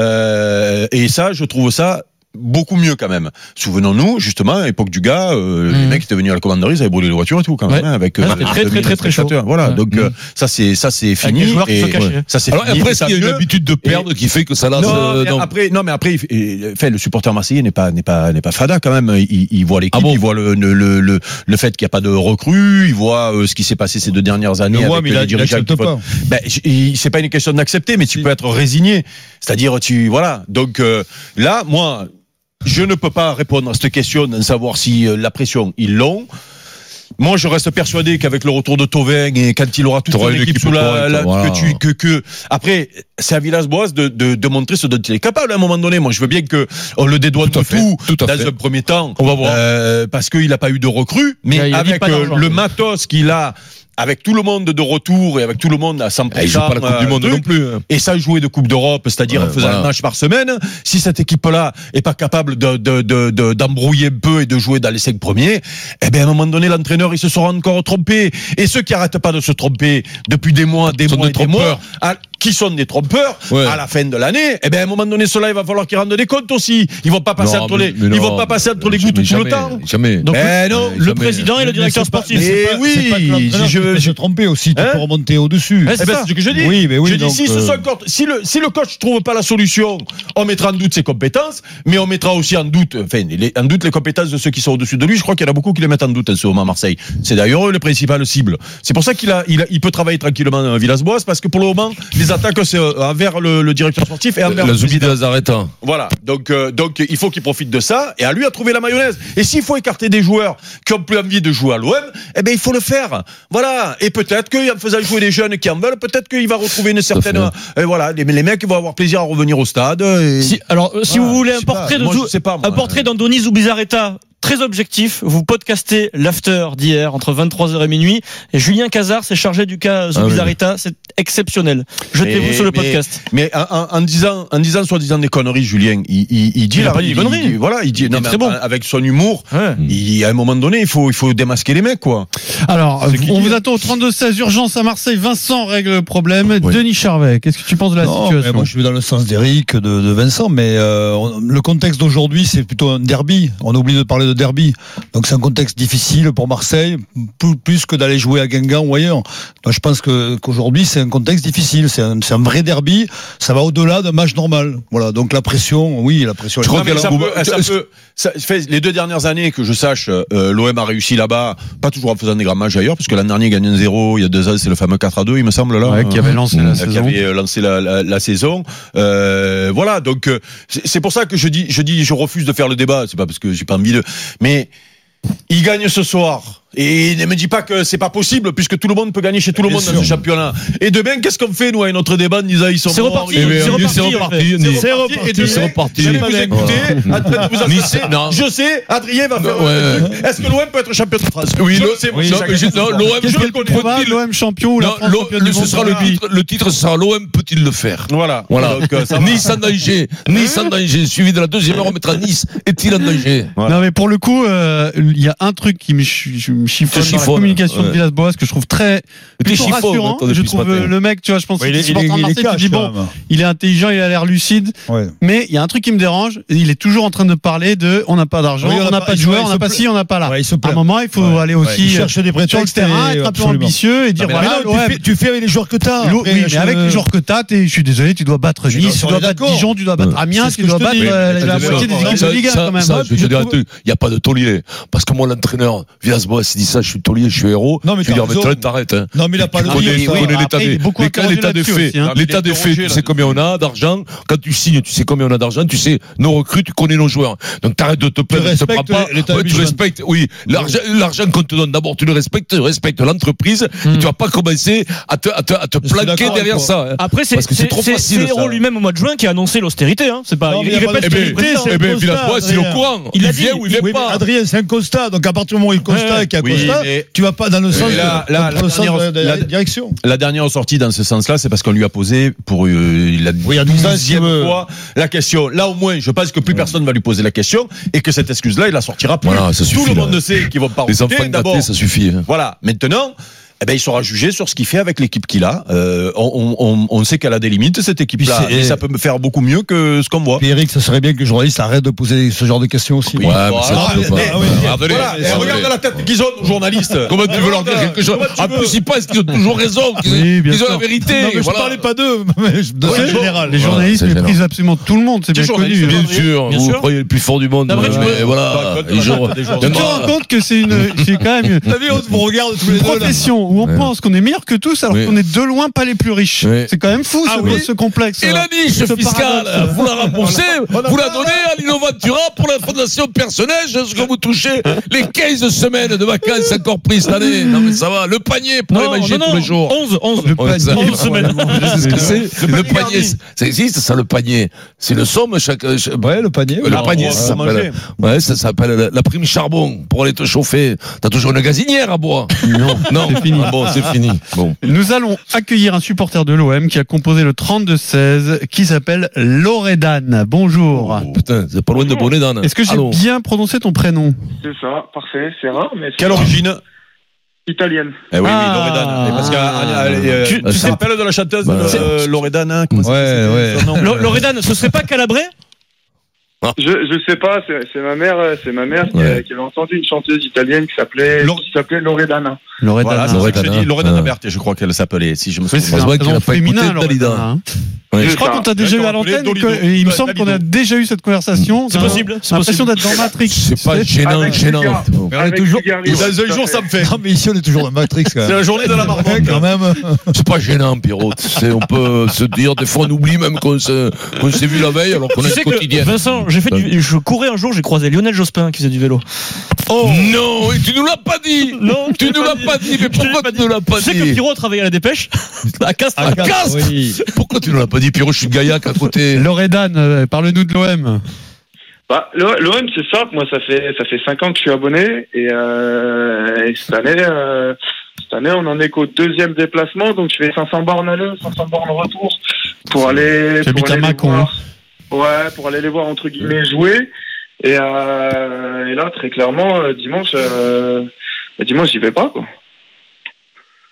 [SPEAKER 6] Euh, et ça, je trouve ça. Beaucoup mieux quand même. Souvenons-nous justement, à l'époque du gars, euh, les
[SPEAKER 8] Mhm.
[SPEAKER 6] mecs étaient venus à la commanderie, ils avaient brûlé les voitures et tout quand même,
[SPEAKER 8] Ouais.
[SPEAKER 6] hein, avec
[SPEAKER 8] Ouais, c'était très, très, très, très chaud.
[SPEAKER 6] spectateurs. Voilà,
[SPEAKER 8] Ouais.
[SPEAKER 6] donc euh, ça c'est ça c'est fini.
[SPEAKER 8] les joueurs qui
[SPEAKER 6] et-
[SPEAKER 8] se cachaient.
[SPEAKER 6] ouais, ça c'est
[SPEAKER 7] Alors
[SPEAKER 6] fini.
[SPEAKER 7] après,
[SPEAKER 6] et
[SPEAKER 7] est-ce
[SPEAKER 6] tant
[SPEAKER 7] qu'il y a une
[SPEAKER 6] mieux.
[SPEAKER 7] habitude de euh, perdre qui fait que ça lasse
[SPEAKER 6] Non,
[SPEAKER 7] euh,
[SPEAKER 6] mais
[SPEAKER 7] non.
[SPEAKER 6] après, non, mais après, il- il- enfin, le supporter marseillais n'est pas, n'est pas, n'est pas fada quand même. Il, il voit l'équipe,
[SPEAKER 7] Ah bon
[SPEAKER 6] il voit le, le, le, le, le fait qu'il n'y a pas de recrue, il voit euh, ce qui s'est passé ces deux dernières années
[SPEAKER 1] Le
[SPEAKER 6] avec euh,
[SPEAKER 1] moi, mais
[SPEAKER 6] les
[SPEAKER 1] il a- il
[SPEAKER 6] dirigeants.
[SPEAKER 1] accepte
[SPEAKER 6] qui font-
[SPEAKER 1] pas.
[SPEAKER 6] Ben, j- il- c'est pas une question d'accepter, mais tu peux être résigné. C'est-à-dire, tu, voilà. Donc euh, là, moi, je ne peux pas répondre à cette question de savoir si euh, la pression ils l'ont. Moi, je reste persuadé qu'avec le retour de Tovin et quand il aura toute son
[SPEAKER 7] T'auras une
[SPEAKER 6] équipe
[SPEAKER 7] équipe
[SPEAKER 6] sous la,
[SPEAKER 7] correcte,
[SPEAKER 6] la-
[SPEAKER 7] voilà.
[SPEAKER 6] que tu que, que après, c'est à Villas-Boas de, de, de montrer ce dont il est capable à un moment donné. Moi, je veux bien que on le dédouane
[SPEAKER 7] Tout à
[SPEAKER 6] de
[SPEAKER 7] fait,
[SPEAKER 6] tout,
[SPEAKER 7] tout à
[SPEAKER 6] dans
[SPEAKER 7] fait.
[SPEAKER 6] un premier temps,
[SPEAKER 7] On va voir.
[SPEAKER 6] euh, parce qu'il n'a pas eu de recrue, mais
[SPEAKER 8] Il a- il a dit
[SPEAKER 6] avec
[SPEAKER 8] pas
[SPEAKER 6] euh,
[SPEAKER 8] d'argent.
[SPEAKER 6] le matos qu'il a. Avec tout le monde de retour et avec tout le monde à 100%.
[SPEAKER 7] Eh, il joue pas la Coupe du
[SPEAKER 6] euh,
[SPEAKER 7] Monde
[SPEAKER 6] truc,
[SPEAKER 7] non plus. hein.
[SPEAKER 6] et ça jouer de Coupe d'Europe, c'est-à-dire
[SPEAKER 7] Ouais,
[SPEAKER 6] en faisant
[SPEAKER 7] voilà.
[SPEAKER 6] un match par semaine, si cette équipe-là est pas capable de, de, de, de- d'embrouiller un peu et de jouer dans les cinq premiers, eh bien à un moment donné l'entraîneur il se sera encore trompé. Et ceux qui arrêtent pas de se tromper depuis des mois, des
[SPEAKER 7] Sont
[SPEAKER 6] mois,
[SPEAKER 7] des
[SPEAKER 6] et des mois,
[SPEAKER 7] trompeurs.
[SPEAKER 6] à- qui sont des trompeurs
[SPEAKER 7] Ouais.
[SPEAKER 6] à la fin de l'année, eh bien à un moment donné cela il va falloir qu'ils rendent des comptes aussi. Ils vont pas passer
[SPEAKER 7] Non,
[SPEAKER 6] entre
[SPEAKER 7] mais-
[SPEAKER 6] les,
[SPEAKER 7] mais
[SPEAKER 6] ils
[SPEAKER 7] non,
[SPEAKER 6] vont pas passer entre
[SPEAKER 7] mais
[SPEAKER 6] les gouttes tout
[SPEAKER 7] jamais,
[SPEAKER 6] le temps.
[SPEAKER 7] Jamais.
[SPEAKER 8] Donc,
[SPEAKER 6] Eh non,
[SPEAKER 7] Euh,
[SPEAKER 8] le
[SPEAKER 7] jamais.
[SPEAKER 8] président et le directeur
[SPEAKER 1] Mais c'est pas-
[SPEAKER 8] sportif.
[SPEAKER 1] mais
[SPEAKER 6] Eh
[SPEAKER 1] c'est pas-
[SPEAKER 6] oui,
[SPEAKER 1] c'est pas que l'entraîneur
[SPEAKER 6] je-
[SPEAKER 1] qui peut
[SPEAKER 6] je-
[SPEAKER 1] se tromper aussi. Tu
[SPEAKER 6] Hein
[SPEAKER 1] peux remonter au-dessus.
[SPEAKER 8] Ouais, c'est
[SPEAKER 6] Eh ben,
[SPEAKER 8] ça.
[SPEAKER 6] c'est ce que je dis.
[SPEAKER 1] Bah, Oui, mais oui,
[SPEAKER 6] je dis,
[SPEAKER 1] donc,
[SPEAKER 6] si, ce
[SPEAKER 1] euh,
[SPEAKER 6] sont encore- si le, si le coach trouve pas la solution, on mettra en doute ses compétences, mais on mettra aussi en doute, enfin, les- en doute les compétences de ceux qui sont au-dessus de lui. Je crois qu'il y en a beaucoup qui les mettent en doute en ce moment à Marseille. C'est d'ailleurs eux les principales cibles. C'est pour ça qu'il a, il a- il peut travailler tranquillement à Villas-Boas, parce que pour le moment, les attaques, c'est euh, envers le, le directeur sportif et envers
[SPEAKER 7] la
[SPEAKER 6] le
[SPEAKER 7] Zoubi de
[SPEAKER 6] président.
[SPEAKER 7] Lazareta.
[SPEAKER 6] Voilà. Donc, euh, donc, il faut qu'il profite de ça et à lui à trouver la mayonnaise. Et s'il faut écarter des joueurs qui ont plus envie de jouer à l'OM, eh ben, il faut le faire. Voilà. Et peut-être qu'en faisant jouer des jeunes qui en veulent, peut-être qu'il va retrouver une certaine, et voilà, les, les mecs vont avoir plaisir à revenir au stade. Et...
[SPEAKER 8] Si, alors, euh, si
[SPEAKER 6] Voilà,
[SPEAKER 8] vous voulez
[SPEAKER 6] je
[SPEAKER 8] un
[SPEAKER 6] sais pas.
[SPEAKER 8] portrait de
[SPEAKER 6] Moi,
[SPEAKER 8] Zou-
[SPEAKER 6] je sais pas, moi.
[SPEAKER 8] un portrait d'Andoni Zubizarreta très objectif, vous podcastez l'after d'hier entre 23h et minuit. Et Julien Cazard s'est chargé du cas Zubizarreta. C'est exceptionnel. Jetez-vous
[SPEAKER 6] Mais-
[SPEAKER 8] sur le
[SPEAKER 6] mais-
[SPEAKER 8] podcast.
[SPEAKER 6] Mais en, en- en disant, en disant soi-disant des conneries, Julien, il, il- il dit
[SPEAKER 8] Il a
[SPEAKER 6] la-
[SPEAKER 8] pas dit des conneries.
[SPEAKER 6] il- voilà, il dit non,
[SPEAKER 8] est
[SPEAKER 6] mais
[SPEAKER 8] très bon. Hmm.
[SPEAKER 6] avec son humour. Il, à un moment donné, il faut, il faut démasquer les mecs, quoi.
[SPEAKER 3] Alors,
[SPEAKER 6] Ce qui
[SPEAKER 3] on
[SPEAKER 6] dit-
[SPEAKER 3] vous attend au 32-16 urgence à Marseille. Vincent règle le problème.
[SPEAKER 1] Oui.
[SPEAKER 3] Denis Charvet, qu'est-ce que tu penses de la
[SPEAKER 1] Non, mais
[SPEAKER 3] situation
[SPEAKER 1] moi je suis dans le sens d'Eric, de, de Vincent, mais euh, on- le contexte d'aujourd'hui c'est plutôt un derby. On oublie de parler de derby, donc c'est un contexte difficile pour Marseille, plus, plus que d'aller jouer à Guingamp ou ailleurs. Donc je pense que qu'aujourd'hui c'est un contexte difficile, c'est un, c'est un vrai derby. Ça va au-delà d'un match normal. Voilà, donc la pression, oui, la pression.
[SPEAKER 6] Je
[SPEAKER 1] est
[SPEAKER 6] crois
[SPEAKER 1] là.
[SPEAKER 6] que ça
[SPEAKER 1] Mais
[SPEAKER 6] peut- ça peut- ça fait les deux dernières années que je sache, euh, l'OM a réussi là-bas, pas toujours en faisant des grands matchs ailleurs, parce que l'an dernier, il gagnait un 0, il y a deux ans, c'est le fameux 4 à 2, il me semble, là.
[SPEAKER 3] Ouais, qui avait lancé la
[SPEAKER 6] euh, qui
[SPEAKER 3] saison.
[SPEAKER 6] avait euh, lancé la, la- la saison. Euh, voilà, donc euh, c'est c'est pour ça que je dis, je dis, je refuse de faire le débat. C'est pas parce que j'ai pas envie de, mais il gagne ce soir. Et ne me dis pas que c'est pas possible, puisque tout le monde peut gagner chez tout le
[SPEAKER 1] Bien
[SPEAKER 6] monde dans
[SPEAKER 1] sûr.
[SPEAKER 6] ce championnat. Et demain, qu'est-ce qu'on fait nous à notre débat en disant ils sont
[SPEAKER 8] C'est
[SPEAKER 6] morts,
[SPEAKER 8] reparti,
[SPEAKER 6] ils-
[SPEAKER 8] c'est
[SPEAKER 6] Eh ben,
[SPEAKER 8] reparti,
[SPEAKER 6] c'est
[SPEAKER 8] en fait.
[SPEAKER 6] c'est
[SPEAKER 8] C'est
[SPEAKER 6] reparti,
[SPEAKER 8] reparti.
[SPEAKER 6] et demain,
[SPEAKER 8] C'est
[SPEAKER 7] reparti.
[SPEAKER 6] Je vais vous écouter, en train de vous
[SPEAKER 7] Nice,
[SPEAKER 6] insulter.
[SPEAKER 7] non.
[SPEAKER 6] Je sais, Adrien va faire
[SPEAKER 7] Ouais,
[SPEAKER 6] un
[SPEAKER 7] ouais.
[SPEAKER 6] truc. Est-ce que l'OM peut être champion de France
[SPEAKER 7] Oui,
[SPEAKER 6] Je
[SPEAKER 7] le-
[SPEAKER 6] le sais,
[SPEAKER 7] oui,
[SPEAKER 6] c'est
[SPEAKER 7] non,
[SPEAKER 6] chacun
[SPEAKER 7] je-
[SPEAKER 6] son
[SPEAKER 7] non,
[SPEAKER 6] choix.
[SPEAKER 7] l'OM,
[SPEAKER 6] Qu'est-ce
[SPEAKER 7] je
[SPEAKER 6] qu'on
[SPEAKER 7] le
[SPEAKER 6] connaît
[SPEAKER 7] comprends.
[SPEAKER 6] pas
[SPEAKER 3] Probable, l'OM champion ou la
[SPEAKER 7] Non,
[SPEAKER 3] France
[SPEAKER 7] l'O-
[SPEAKER 3] championne
[SPEAKER 7] le-
[SPEAKER 3] du
[SPEAKER 7] ce
[SPEAKER 3] monde
[SPEAKER 7] sera le
[SPEAKER 6] Voilà.
[SPEAKER 7] titre, le titre sera l'OM peut-il le faire
[SPEAKER 6] Voilà.
[SPEAKER 7] Voilà.
[SPEAKER 6] Donc, euh, ça va.
[SPEAKER 7] Nice en danger, Nice en danger, suivi de la deuxième heure, on mettra Nice. Est-il en danger
[SPEAKER 3] Non mais pour le coup, euh, il y a un truc qui me, chi- je me chiffonne
[SPEAKER 7] Te
[SPEAKER 3] dans la
[SPEAKER 7] chiffonne,
[SPEAKER 3] communication de
[SPEAKER 7] ouais.
[SPEAKER 3] Villas-Boas que je trouve très
[SPEAKER 7] T'es
[SPEAKER 3] plutôt
[SPEAKER 7] chiffonne,
[SPEAKER 3] rassurant.
[SPEAKER 7] attends, depuis
[SPEAKER 3] Je
[SPEAKER 7] ce
[SPEAKER 3] trouve
[SPEAKER 7] matin.
[SPEAKER 3] euh, le mec, tu vois, je pense
[SPEAKER 1] il
[SPEAKER 3] qu'il
[SPEAKER 1] est-
[SPEAKER 3] est
[SPEAKER 1] il est-
[SPEAKER 3] supporter de
[SPEAKER 1] il est
[SPEAKER 3] Marseille, tu te
[SPEAKER 1] cash,
[SPEAKER 3] dis bon,
[SPEAKER 1] quand même.
[SPEAKER 3] il est intelligent, il a l'air lucide,
[SPEAKER 1] Ouais.
[SPEAKER 3] mais il y a un truc qui me dérange. Il est toujours en train de parler de, on n'a pas d'argent,
[SPEAKER 1] Oui,
[SPEAKER 3] on n'a pas de
[SPEAKER 1] il se-
[SPEAKER 3] joueurs,
[SPEAKER 1] il
[SPEAKER 3] on
[SPEAKER 1] se
[SPEAKER 3] n'a pas
[SPEAKER 1] plaint.
[SPEAKER 3] ci, on n'a pas là.
[SPEAKER 1] Ouais, il se
[SPEAKER 3] à un
[SPEAKER 1] plaint.
[SPEAKER 3] moment, il faut
[SPEAKER 1] Ouais.
[SPEAKER 3] aller
[SPEAKER 1] Il
[SPEAKER 3] aussi euh,
[SPEAKER 1] cherche des
[SPEAKER 3] sur le
[SPEAKER 1] prétextes.
[SPEAKER 3] terrain,
[SPEAKER 1] et-
[SPEAKER 3] être un peu
[SPEAKER 1] absolument.
[SPEAKER 3] ambitieux et
[SPEAKER 1] Non,
[SPEAKER 3] dire
[SPEAKER 1] mais
[SPEAKER 3] voilà,
[SPEAKER 1] non, tu,
[SPEAKER 3] l'OM,
[SPEAKER 1] fais, tu fais avec les joueurs que t'as.
[SPEAKER 3] L'eau-
[SPEAKER 1] Après,
[SPEAKER 3] oui, mais
[SPEAKER 1] je-
[SPEAKER 3] avec les joueurs que t'as, t'es- je suis désolé, tu dois battre
[SPEAKER 1] Je suis
[SPEAKER 3] Nice, tu dois
[SPEAKER 1] d'accord.
[SPEAKER 3] battre Dijon, tu dois battre Amiens,
[SPEAKER 1] C'est ce
[SPEAKER 3] tu
[SPEAKER 1] que
[SPEAKER 3] dois
[SPEAKER 1] je te
[SPEAKER 3] battre
[SPEAKER 1] dis.
[SPEAKER 3] euh, la
[SPEAKER 7] Ça,
[SPEAKER 3] moitié des équipes de
[SPEAKER 7] ça,
[SPEAKER 3] Ligue 1
[SPEAKER 7] ça,
[SPEAKER 3] quand même.
[SPEAKER 7] ça, je vais
[SPEAKER 1] Je
[SPEAKER 7] te dire un
[SPEAKER 1] trouve-
[SPEAKER 7] truc, il n'y a pas de taulier. Parce que moi, l'entraîneur, Villas-Boas, il dit ça, je suis taulier, je suis héros.
[SPEAKER 1] Non, mais
[SPEAKER 7] je lui
[SPEAKER 1] t'as
[SPEAKER 7] dis, ah, mais
[SPEAKER 1] raison.
[SPEAKER 7] t'arrêtes, t'arrêtes, hein.
[SPEAKER 1] Non, mais il a pas
[SPEAKER 7] Tu
[SPEAKER 1] le
[SPEAKER 7] connais-
[SPEAKER 1] oui,
[SPEAKER 7] tu
[SPEAKER 1] oui.
[SPEAKER 7] connais l'état
[SPEAKER 3] après, il est
[SPEAKER 7] des
[SPEAKER 3] beaucoup
[SPEAKER 7] mais quand
[SPEAKER 3] interrogé
[SPEAKER 7] l'état des
[SPEAKER 3] là-dessus
[SPEAKER 7] faits.
[SPEAKER 3] aussi, hein.
[SPEAKER 7] L'état des faits, tu sais combien on a d'argent. Quand tu signes, tu sais combien on a d'argent. Tu sais nos recrues, tu connais nos joueurs. Donc t'arrêtes de te plaindre, tu te prends
[SPEAKER 1] respectes
[SPEAKER 7] pas.
[SPEAKER 1] l'état
[SPEAKER 7] Ouais,
[SPEAKER 1] du
[SPEAKER 7] tu
[SPEAKER 1] jeune.
[SPEAKER 7] respectes, oui. L'argent, l'argent qu'on te donne, d'abord, tu le respectes, tu respectes l'entreprise. Et tu vas pas commencer à te, à te, à te
[SPEAKER 1] Hmm. Je suis
[SPEAKER 7] planquer
[SPEAKER 1] d'accord
[SPEAKER 7] derrière
[SPEAKER 1] avec
[SPEAKER 7] ça. hein.
[SPEAKER 8] Après, c'est
[SPEAKER 7] Parce que c'est
[SPEAKER 8] c'est-
[SPEAKER 7] trop
[SPEAKER 8] c'est-
[SPEAKER 7] facile,
[SPEAKER 8] c'est Hérault
[SPEAKER 7] ça.
[SPEAKER 8] lui-même au mois de juin qui a annoncé l'austérité. Hein. C'est pas.
[SPEAKER 1] Non,
[SPEAKER 8] il-
[SPEAKER 1] mais
[SPEAKER 8] il
[SPEAKER 1] y a pas
[SPEAKER 8] répète
[SPEAKER 1] de-
[SPEAKER 7] Eh
[SPEAKER 8] ce que dit
[SPEAKER 1] mais-
[SPEAKER 7] ben,
[SPEAKER 8] le président.
[SPEAKER 7] eh ben,
[SPEAKER 1] Constat,
[SPEAKER 7] Villas-Boas, il est au
[SPEAKER 1] Adrien.
[SPEAKER 7] courant.
[SPEAKER 8] Il
[SPEAKER 7] Il
[SPEAKER 8] a dit-
[SPEAKER 7] vient ou il
[SPEAKER 1] Oui,
[SPEAKER 7] vient
[SPEAKER 1] mais
[SPEAKER 7] pas.
[SPEAKER 1] Adrien, c'est un constat. Donc, à partir du moment où il constate
[SPEAKER 8] Ouais.
[SPEAKER 1] qu'il y a un
[SPEAKER 6] Oui,
[SPEAKER 1] constat,
[SPEAKER 6] mais-
[SPEAKER 1] tu vas pas dans le sens,
[SPEAKER 6] là,
[SPEAKER 1] de,
[SPEAKER 6] là,
[SPEAKER 1] dans le
[SPEAKER 6] la
[SPEAKER 1] sens
[SPEAKER 6] dernière-
[SPEAKER 1] de- de la
[SPEAKER 6] la-
[SPEAKER 1] direction.
[SPEAKER 6] La dernière sortie dans ce sens-là, c'est parce qu'on lui a posé pour euh, la
[SPEAKER 1] Oui, il y a 12 ans, si tu
[SPEAKER 6] douzième
[SPEAKER 1] veux.
[SPEAKER 6] fois la question. Là, au moins, je pense que plus personne va lui poser la question et que cette excuse-là, il la sortira plus.
[SPEAKER 7] Voilà, ça
[SPEAKER 6] Tout
[SPEAKER 7] suffit,
[SPEAKER 6] le
[SPEAKER 7] là.
[SPEAKER 6] monde sait qu'ils vont pas
[SPEAKER 7] Les
[SPEAKER 6] recruter,
[SPEAKER 7] enfants
[SPEAKER 6] d'abord.
[SPEAKER 7] gâtés, ça suffit. hein.
[SPEAKER 6] Voilà. Maintenant, eh ben, il sera jugé sur ce qu'il fait avec l'équipe qu'il a. Euh, on, on- on- on sait qu'elle a des limites, cette équipe-là.
[SPEAKER 1] Puis c'est-
[SPEAKER 6] Et ça peut me faire beaucoup mieux que ce qu'on voit.
[SPEAKER 1] Puis Eric, ça serait bien que les journalistes arrêtent de poser ce genre de questions aussi.
[SPEAKER 7] Ouais, mais ça,
[SPEAKER 6] Ah,
[SPEAKER 7] tu peux pas.
[SPEAKER 6] mais-
[SPEAKER 7] Ah, ouais. Attendez,
[SPEAKER 6] Voilà. Et
[SPEAKER 7] attendez.
[SPEAKER 6] regarde la tête qu'ils ont, nos journalistes.
[SPEAKER 7] Comment tu veux leur dire quelque chose En plus, ils pensent qu'ils ont toujours raison, qu'ils
[SPEAKER 3] Oui, bien
[SPEAKER 7] qu'ils ont
[SPEAKER 3] sûr.
[SPEAKER 7] la vérité.
[SPEAKER 1] Non, mais je
[SPEAKER 7] voilà.
[SPEAKER 1] parlais pas d'eux, [laughs] mais je- de
[SPEAKER 6] Ouais,
[SPEAKER 1] ce
[SPEAKER 6] bon.
[SPEAKER 1] général.
[SPEAKER 3] Les journalistes
[SPEAKER 7] c'est gênant.
[SPEAKER 3] méprisent absolument tout le monde, c'est bien
[SPEAKER 6] Toujours
[SPEAKER 3] connu.
[SPEAKER 6] journalistes,
[SPEAKER 7] Bien sûr,
[SPEAKER 8] Bien
[SPEAKER 7] vous
[SPEAKER 8] sûr.
[SPEAKER 7] croyez le plus fort du monde.
[SPEAKER 8] D'après, tu
[SPEAKER 7] mais
[SPEAKER 8] peux-
[SPEAKER 7] voilà,
[SPEAKER 6] Pas- pas-
[SPEAKER 7] les gens-
[SPEAKER 6] pas- des gens-
[SPEAKER 7] Non,
[SPEAKER 3] Tu te
[SPEAKER 7] non,
[SPEAKER 3] rends compte que c'est une, c'est quand même
[SPEAKER 1] T'as vu, on vous regarde tous les
[SPEAKER 3] une
[SPEAKER 1] deux, là.
[SPEAKER 3] profession où on
[SPEAKER 7] Ouais.
[SPEAKER 3] pense qu'on est meilleur que tous alors
[SPEAKER 7] Oui.
[SPEAKER 3] qu'on est de loin pas les plus riches.
[SPEAKER 7] Oui.
[SPEAKER 3] C'est quand même fou
[SPEAKER 7] Ah
[SPEAKER 3] ce,
[SPEAKER 7] oui.
[SPEAKER 3] ce complexe.
[SPEAKER 7] Et
[SPEAKER 1] euh.
[SPEAKER 3] là.
[SPEAKER 7] la niche
[SPEAKER 3] Ce
[SPEAKER 7] fiscale,
[SPEAKER 3] paradoxe.
[SPEAKER 7] vous la remboursez,
[SPEAKER 1] on a
[SPEAKER 7] vous la
[SPEAKER 1] pas-
[SPEAKER 7] donnez à l'innovatura pour la fondation personnelle, ce que vous touchez les 15 semaines de vacances encore prises cette année. Non mais ça va, le panier pour les
[SPEAKER 8] Non,
[SPEAKER 7] manger
[SPEAKER 8] non,
[SPEAKER 7] tous les
[SPEAKER 8] non.
[SPEAKER 7] jours.
[SPEAKER 8] 11, 11.
[SPEAKER 7] Ouais, ça-
[SPEAKER 6] Oh,
[SPEAKER 8] onze semaines.
[SPEAKER 7] C'est ce que c'est. Le
[SPEAKER 6] panier
[SPEAKER 7] panier,
[SPEAKER 6] garni.
[SPEAKER 7] ça existe ça le panier. C'est le somme chaque. euh, chaque-
[SPEAKER 1] Ouais, le panier.
[SPEAKER 7] Le
[SPEAKER 1] Non,
[SPEAKER 7] panier,
[SPEAKER 6] Ah,
[SPEAKER 1] ouais.
[SPEAKER 7] ça s'appelle. Ouais, ça s'appelle la, la prime charbon pour aller te chauffer. T'as toujours une gazinière à bois. Non, [laughs] non. C'est fini. bon, c'est fini. Bon.
[SPEAKER 3] Nous allons accueillir un supporter de l'OM qui a composé le 32-16 qui s'appelle Loredan. Bonjour.
[SPEAKER 7] Putain, c'est pas loin de Bonnet Dan.
[SPEAKER 3] Est-ce que j'ai
[SPEAKER 7] Allô.
[SPEAKER 3] bien prononcé ton prénom
[SPEAKER 9] C'est ça, parfait, c'est rare, mais c'est
[SPEAKER 6] Quelle origine
[SPEAKER 9] italienne.
[SPEAKER 6] Eh oui,
[SPEAKER 3] Ah.
[SPEAKER 6] oui, Loredana. Et parce
[SPEAKER 7] Ah.
[SPEAKER 6] qu'à- elle- elle- euh,
[SPEAKER 8] Tu-
[SPEAKER 6] tu
[SPEAKER 7] tu
[SPEAKER 6] te
[SPEAKER 7] sais-
[SPEAKER 6] rappelles de la chanteuse
[SPEAKER 7] Bah,
[SPEAKER 6] euh,
[SPEAKER 7] c'est-
[SPEAKER 6] Loredana comment ça
[SPEAKER 1] Ouais,
[SPEAKER 6] s'appelle
[SPEAKER 1] ouais.
[SPEAKER 6] son nom
[SPEAKER 8] Lo- Loredane, Euh, ce serait pas Calabré
[SPEAKER 3] Ah.
[SPEAKER 9] Je, je sais pas, c'est c'est ma mère, euh, c'est ma mère qui, a-
[SPEAKER 7] Ouais.
[SPEAKER 9] qui avait entendu une chanteuse italienne qui s'appelait
[SPEAKER 6] Lor-
[SPEAKER 9] qui s'appelait Loredana.
[SPEAKER 6] Voilà, c'est
[SPEAKER 3] Loredana.
[SPEAKER 6] ça que je
[SPEAKER 7] Loredana.
[SPEAKER 6] dis. hein. Loredana
[SPEAKER 7] Ah.
[SPEAKER 6] Berthe, je crois qu'elle s'appelait, si je me
[SPEAKER 3] Oui, c'est
[SPEAKER 6] souviens.
[SPEAKER 7] Heureusement
[SPEAKER 3] un
[SPEAKER 7] qu'il a
[SPEAKER 3] prénom
[SPEAKER 7] pas écouté
[SPEAKER 3] féminin,
[SPEAKER 7] Dalida.
[SPEAKER 3] Loredana, hein.
[SPEAKER 7] Ouais.
[SPEAKER 3] Je crois qu'on
[SPEAKER 8] Ah,
[SPEAKER 3] t'a déjà eu à
[SPEAKER 6] D'accord,
[SPEAKER 3] l'antenne.
[SPEAKER 6] Dolido.
[SPEAKER 3] que- et Il me
[SPEAKER 6] Bah,
[SPEAKER 3] semble qu'on a
[SPEAKER 6] Dolido.
[SPEAKER 3] déjà eu cette conversation.
[SPEAKER 8] C'est
[SPEAKER 3] J'ai
[SPEAKER 8] possible, c'est
[SPEAKER 3] L'impression d'être dans Matrix.
[SPEAKER 7] C'est pas gênant,
[SPEAKER 9] Avec
[SPEAKER 7] gênant.
[SPEAKER 9] Figaro. Avec
[SPEAKER 1] toujours-
[SPEAKER 9] Figari,
[SPEAKER 6] Et
[SPEAKER 9] ouais,
[SPEAKER 6] dans
[SPEAKER 9] tout
[SPEAKER 6] un
[SPEAKER 9] à
[SPEAKER 6] jour,
[SPEAKER 9] fait.
[SPEAKER 6] ça me fait.
[SPEAKER 1] Non, mais ici, on est toujours dans Matrix, quand
[SPEAKER 6] C'est
[SPEAKER 1] même.
[SPEAKER 6] la journée de la
[SPEAKER 1] Ouais,
[SPEAKER 6] marmotte.
[SPEAKER 1] quand même.
[SPEAKER 7] C'est pas gênant, Pierrot. Tu sais, on peut se dire, des fois, on oublie même qu'on se- qu'on s'est vu la veille alors qu'on
[SPEAKER 8] Tu
[SPEAKER 7] est
[SPEAKER 8] sais que
[SPEAKER 7] quotidien.
[SPEAKER 8] Vincent, j'ai fait du- je courais un jour, j'ai croisé Lionel Jospin qui faisait du vélo.
[SPEAKER 7] Oh.
[SPEAKER 6] Oh.
[SPEAKER 7] Non, et tu nous l'as pas dit.
[SPEAKER 8] Non,
[SPEAKER 7] tu
[SPEAKER 8] je
[SPEAKER 7] nous
[SPEAKER 8] l'ai
[SPEAKER 7] l'as
[SPEAKER 8] pas
[SPEAKER 7] pas dit. Mais pourquoi tu nous l'as pas
[SPEAKER 8] Tu sais que
[SPEAKER 7] dit
[SPEAKER 8] Pierrot travaillait à la dépêche à Castres.
[SPEAKER 7] Ah, casse Pourquoi tu nous l'as pas dit, Pierrot Je suis de Gaillac à côté.
[SPEAKER 3] Loredan, euh, parle-nous de l'OM.
[SPEAKER 9] Bah, l'O- L'OM, c'est simple. Moi, ça fait ça fait cinq ans que je suis abonné et, euh, et cette année, euh, Cette année, on en est qu'au deuxième déplacement, donc je fais 500 bornes aller, 500 bornes retour pour aller.
[SPEAKER 3] Tu
[SPEAKER 9] pour
[SPEAKER 3] habites à
[SPEAKER 9] aller les
[SPEAKER 3] Mâcon, hein.
[SPEAKER 9] voir. Ouais, pour aller les voir entre guillemets jouer. Et, euh, et là, très clairement, euh, dimanche, euh, dimanche, j'y vais pas quoi.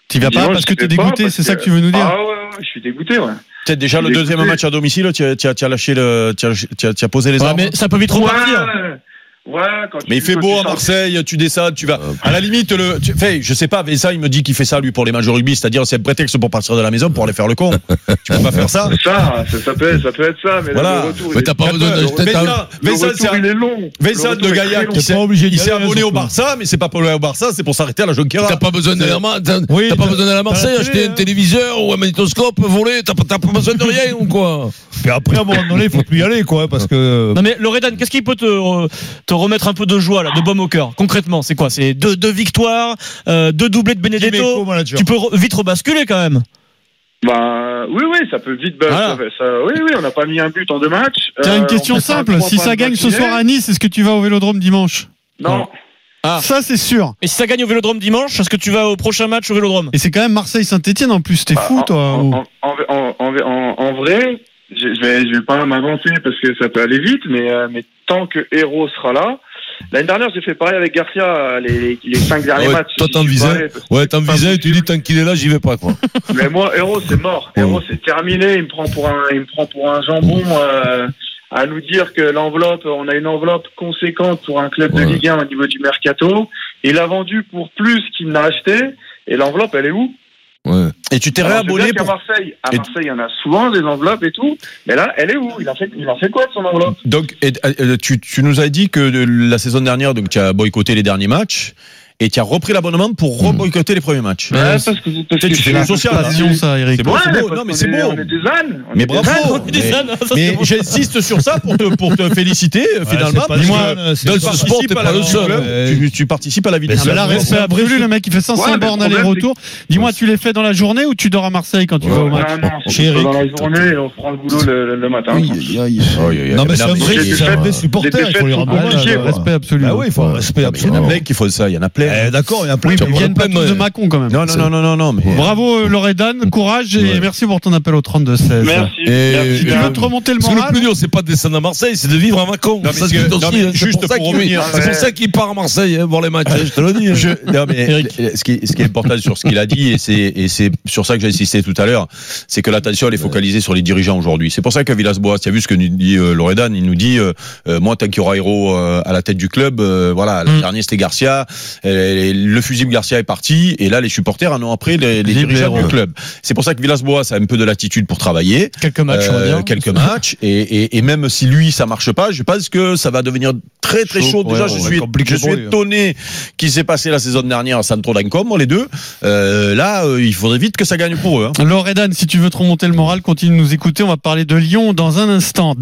[SPEAKER 3] Tu vas pas
[SPEAKER 9] Dimanche,
[SPEAKER 3] parce que
[SPEAKER 9] j'y
[SPEAKER 3] t'es
[SPEAKER 9] vais pas,
[SPEAKER 3] dégoûté,
[SPEAKER 9] parce
[SPEAKER 3] c'est ça que tu veux nous dire
[SPEAKER 9] Ah ouais, ouais, je suis dégoûté, ouais.
[SPEAKER 6] Peut-être déjà le
[SPEAKER 9] Écoutez-
[SPEAKER 6] deuxième match à domicile, tu as, tu as- tu as lâché le, tu as, tu as- tu as posé les
[SPEAKER 8] Ouais,
[SPEAKER 6] armes.
[SPEAKER 8] mais ça peut vite repartir.
[SPEAKER 9] Ouais, ouais, quand tu-
[SPEAKER 6] Mais il fait
[SPEAKER 9] quand
[SPEAKER 6] beau
[SPEAKER 9] tu
[SPEAKER 6] à
[SPEAKER 9] sors-
[SPEAKER 6] Marseille, tu descends, tu vas.
[SPEAKER 7] Ah,
[SPEAKER 6] À la limite, le, tu, fais, je sais pas, mais ça, il me dit qu'il fait ça, lui, pour les matchs de rugby, c'est-à-dire, c'est un prétexte pour partir de la maison pour aller faire le con. tu peux pas
[SPEAKER 7] [laughs]
[SPEAKER 6] faire ça.
[SPEAKER 9] Ça, ça, ça peut être, ça peut être ça, mais là,
[SPEAKER 6] Voilà.
[SPEAKER 9] le retour,
[SPEAKER 7] Mais
[SPEAKER 9] il est-
[SPEAKER 7] t'as pas besoin de. t'as- t'as-
[SPEAKER 6] Vincent,
[SPEAKER 9] le
[SPEAKER 6] Vincent,
[SPEAKER 9] retour,
[SPEAKER 6] c'est un-
[SPEAKER 9] il est long. Le
[SPEAKER 6] Vincent
[SPEAKER 9] retour,
[SPEAKER 6] de
[SPEAKER 9] il est très
[SPEAKER 6] Gaillac,
[SPEAKER 9] long.
[SPEAKER 6] il s'est-
[SPEAKER 3] obligé
[SPEAKER 6] il
[SPEAKER 3] d'y
[SPEAKER 6] s'est
[SPEAKER 3] aller,
[SPEAKER 6] abonné au
[SPEAKER 3] surtout.
[SPEAKER 6] Barça, mais c'est pas pour le Barça, c'est pour s'arrêter à la Jonquera.
[SPEAKER 7] T'as hein, pas besoin d'aller à Mar- t'as-
[SPEAKER 3] Oui,
[SPEAKER 7] hein. t'as pas
[SPEAKER 3] t'as-
[SPEAKER 7] besoin d'aller à Marseille,
[SPEAKER 3] t'as la
[SPEAKER 7] acheter
[SPEAKER 3] télé,
[SPEAKER 7] un
[SPEAKER 3] hein.
[SPEAKER 7] téléviseur ou un magnétoscope, voler, t'as pas, t'as pas besoin de rien ou quoi
[SPEAKER 1] Puis après, à un moment donné, il faut plus y aller, quoi, parce que. euh,
[SPEAKER 8] Non mais Loredan, qu'est-ce qui peut te, re- te remettre un peu de joie là, de baume au cœur Concrètement, c'est quoi C'est deux, deux victoires, euh, deux doublés de
[SPEAKER 1] Qui met
[SPEAKER 8] Benedetto.
[SPEAKER 1] co- manager
[SPEAKER 8] Tu peux re- vite rebasculer quand même.
[SPEAKER 9] Bah, oui, oui, ça peut vite. bah,
[SPEAKER 8] Voilà.
[SPEAKER 9] ça- ça- oui, oui, on n'a pas mis un but en deux matchs.
[SPEAKER 3] T'as
[SPEAKER 9] Euh,
[SPEAKER 3] une
[SPEAKER 9] on
[SPEAKER 3] question
[SPEAKER 9] fait pas
[SPEAKER 3] simple,
[SPEAKER 9] trois
[SPEAKER 3] si
[SPEAKER 9] points
[SPEAKER 3] ça
[SPEAKER 9] de
[SPEAKER 3] gagne ce
[SPEAKER 9] matinée.
[SPEAKER 3] soir à Nice, est-ce que tu vas au Vélodrome dimanche
[SPEAKER 9] Non,
[SPEAKER 8] Ah.
[SPEAKER 3] Ça c'est sûr.
[SPEAKER 8] Et si ça gagne au Vélodrome dimanche, est-ce que tu vas au prochain match au Vélodrome
[SPEAKER 3] Et c'est quand même Marseille-Saint-Etienne en plus, t'es fou
[SPEAKER 9] Bah, en-
[SPEAKER 3] toi.
[SPEAKER 9] en,
[SPEAKER 3] ou-
[SPEAKER 9] en- en- en- en- en vrai, je je vais, je vais pas m'avancer parce que ça peut aller vite, mais, euh, mais tant que Héros sera là. L'année dernière, j'ai fait pareil avec Garcia euh, les, les
[SPEAKER 6] Ah
[SPEAKER 9] cinq derniers
[SPEAKER 7] Ouais,
[SPEAKER 9] matchs.
[SPEAKER 7] toi,
[SPEAKER 9] J'y
[SPEAKER 7] t'en
[SPEAKER 9] suis pas
[SPEAKER 7] visais.
[SPEAKER 9] allé parce que
[SPEAKER 7] Ouais,
[SPEAKER 9] c'est pas
[SPEAKER 7] t'envisages et tu
[SPEAKER 9] possible.
[SPEAKER 7] dis tant qu'il est là, j'y vais pas quoi.
[SPEAKER 9] Mais moi, Héros, c'est mort. Héros, c'est terminé. Il me prend pour un, il me prend pour un jambon euh, à nous dire que l'enveloppe, on a une enveloppe conséquente pour un club
[SPEAKER 7] Ouais.
[SPEAKER 9] de Ligue 1 au niveau du mercato. Il a vendu pour plus qu'il n'a acheté. Et l'enveloppe, elle est où
[SPEAKER 7] Ouais.
[SPEAKER 6] Et tu t'es
[SPEAKER 9] Alors, je veux
[SPEAKER 6] réabonné
[SPEAKER 9] bien qu'à
[SPEAKER 6] Ah, pour.
[SPEAKER 9] Marseille, à
[SPEAKER 6] Et-
[SPEAKER 9] Marseille, il y en a souvent des enveloppes et tout. Mais là, elle est où Il en fait, il en fait quoi de son enveloppe
[SPEAKER 6] Donc, et- euh, tu, tu nous as dit que de- la saison dernière, donc, tu as boycotté les derniers matchs et tu as repris l'abonnement pour reboycotter les premiers matchs. Euh,
[SPEAKER 9] Ouais, parce que parce
[SPEAKER 6] tu
[SPEAKER 9] que
[SPEAKER 6] fais
[SPEAKER 9] c'est
[SPEAKER 6] la
[SPEAKER 9] un peu
[SPEAKER 6] sociale, là.
[SPEAKER 9] facile.
[SPEAKER 3] Passion ça, Eric.
[SPEAKER 6] C'est
[SPEAKER 9] Ouais,
[SPEAKER 6] bon, c'est
[SPEAKER 9] parce
[SPEAKER 6] beau. Non,
[SPEAKER 9] qu'on
[SPEAKER 6] mais c'est
[SPEAKER 9] est-
[SPEAKER 6] bon.
[SPEAKER 9] On est des ânes. On
[SPEAKER 6] Mais
[SPEAKER 9] est des
[SPEAKER 6] bravo.
[SPEAKER 9] ânes.
[SPEAKER 6] Oh, mais- Mais j'insiste sur ça pour te, pour te féliciter, euh, finalement. parce que
[SPEAKER 3] euh,
[SPEAKER 7] dans
[SPEAKER 6] tu
[SPEAKER 7] ce sport,
[SPEAKER 6] participes
[SPEAKER 7] t'es
[SPEAKER 6] à
[SPEAKER 7] pas
[SPEAKER 6] la
[SPEAKER 7] le
[SPEAKER 6] vie
[SPEAKER 7] seul.
[SPEAKER 6] du club,
[SPEAKER 1] Ouais.
[SPEAKER 6] Tu, tu participes à la vie
[SPEAKER 3] Ah,
[SPEAKER 6] du
[SPEAKER 3] mais
[SPEAKER 6] club.
[SPEAKER 3] là, respect à Bréjus, le mec, il fait 500
[SPEAKER 9] Ouais, mais
[SPEAKER 3] bornes
[SPEAKER 9] le problème,
[SPEAKER 3] aller-retour. Dis-moi, tu les fais dans la journée ou tu dors à Marseille quand tu vas au
[SPEAKER 9] Non,
[SPEAKER 3] match
[SPEAKER 9] Ah, non, c'est
[SPEAKER 1] Chez
[SPEAKER 9] plutôt
[SPEAKER 1] Eric.
[SPEAKER 9] dans la journée et on prend le boulot le, le- le matin.
[SPEAKER 1] Non, mais c'est un
[SPEAKER 9] j'ai
[SPEAKER 1] vrai,
[SPEAKER 9] des
[SPEAKER 1] c'est un
[SPEAKER 9] fêtes-
[SPEAKER 1] vrai supporter, il faut les
[SPEAKER 9] fêtes
[SPEAKER 1] rendre hommage.
[SPEAKER 9] compliquées,
[SPEAKER 1] Respect.
[SPEAKER 3] Ah, Respect absolu.
[SPEAKER 1] Bah oui, il faut un respect
[SPEAKER 6] Il y en a
[SPEAKER 1] absolument.
[SPEAKER 6] plein qui font ça, il y en a plein.
[SPEAKER 1] Eh, D'accord, il y a plein
[SPEAKER 3] Oui,
[SPEAKER 1] de
[SPEAKER 3] mais ils viennent pas tous de Macon quand même.
[SPEAKER 6] Non, non, non, non, non, non, mais.
[SPEAKER 3] Bravo euh, Loredan, courage et merci pour ton appel au 32-16.
[SPEAKER 9] Merci.
[SPEAKER 7] Et-
[SPEAKER 6] euh,
[SPEAKER 9] merci,
[SPEAKER 3] Tu
[SPEAKER 7] et-
[SPEAKER 3] veux
[SPEAKER 9] Gérard.
[SPEAKER 3] te remonter le
[SPEAKER 7] Parce que le
[SPEAKER 3] moral
[SPEAKER 7] plus dur, c'est pas de descendre à Marseille, c'est de vivre à Macon.
[SPEAKER 6] mais
[SPEAKER 7] Ça,
[SPEAKER 6] c'est
[SPEAKER 7] c'est
[SPEAKER 6] que-
[SPEAKER 7] aussi,
[SPEAKER 6] non, mais
[SPEAKER 7] hein. C'est
[SPEAKER 6] juste
[SPEAKER 7] pour ça
[SPEAKER 6] pour
[SPEAKER 7] qu'il-
[SPEAKER 6] revenir.
[SPEAKER 7] C'est pour ça qu'il part à Marseille, hein, voir les matchs, hein, je te le dis. hein.
[SPEAKER 6] Je- non, mais le- ce, qui est, ce qui est important sur ce qu'il a dit, et c'est, et c'est sur ça que j'ai insisté tout à l'heure, c'est que l'attention, elle est focalisée sur les dirigeants aujourd'hui. C'est pour ça qu'à Villas-Boas, tu as vu ce que nous dit euh, Loredan, il nous dit, euh, euh, moi, tant qu'il y aura héros euh, à la tête du club, euh, voilà, l'an
[SPEAKER 8] Mm.
[SPEAKER 6] dernier, c'était Garcia, euh, le fusible Garcia est parti, et là, les supporters en ont après les, les
[SPEAKER 3] Libéraux.
[SPEAKER 6] dirigeants du club. C'est pour ça que Villas-Boas a un peu de latitude pour travailler.
[SPEAKER 8] Quelques matchs, on va
[SPEAKER 6] Euh,
[SPEAKER 8] dire.
[SPEAKER 6] quelques matchs et, et, et même si lui ça marche pas je pense que ça va devenir très très chaud,
[SPEAKER 1] Chaud,
[SPEAKER 6] déjà
[SPEAKER 1] ouais,
[SPEAKER 6] je
[SPEAKER 1] ouais,
[SPEAKER 6] suis
[SPEAKER 1] compliqué
[SPEAKER 6] je suis
[SPEAKER 1] pour lui, hein.
[SPEAKER 6] étonné qu'il s'est passé la saison dernière à trop d'encombre les deux Euh, là euh, il faudrait vite que ça gagne pour eux hein.
[SPEAKER 3] Loredan, si tu veux te remonter le moral, continue de nous écouter. On va parler de Lyon dans un instant.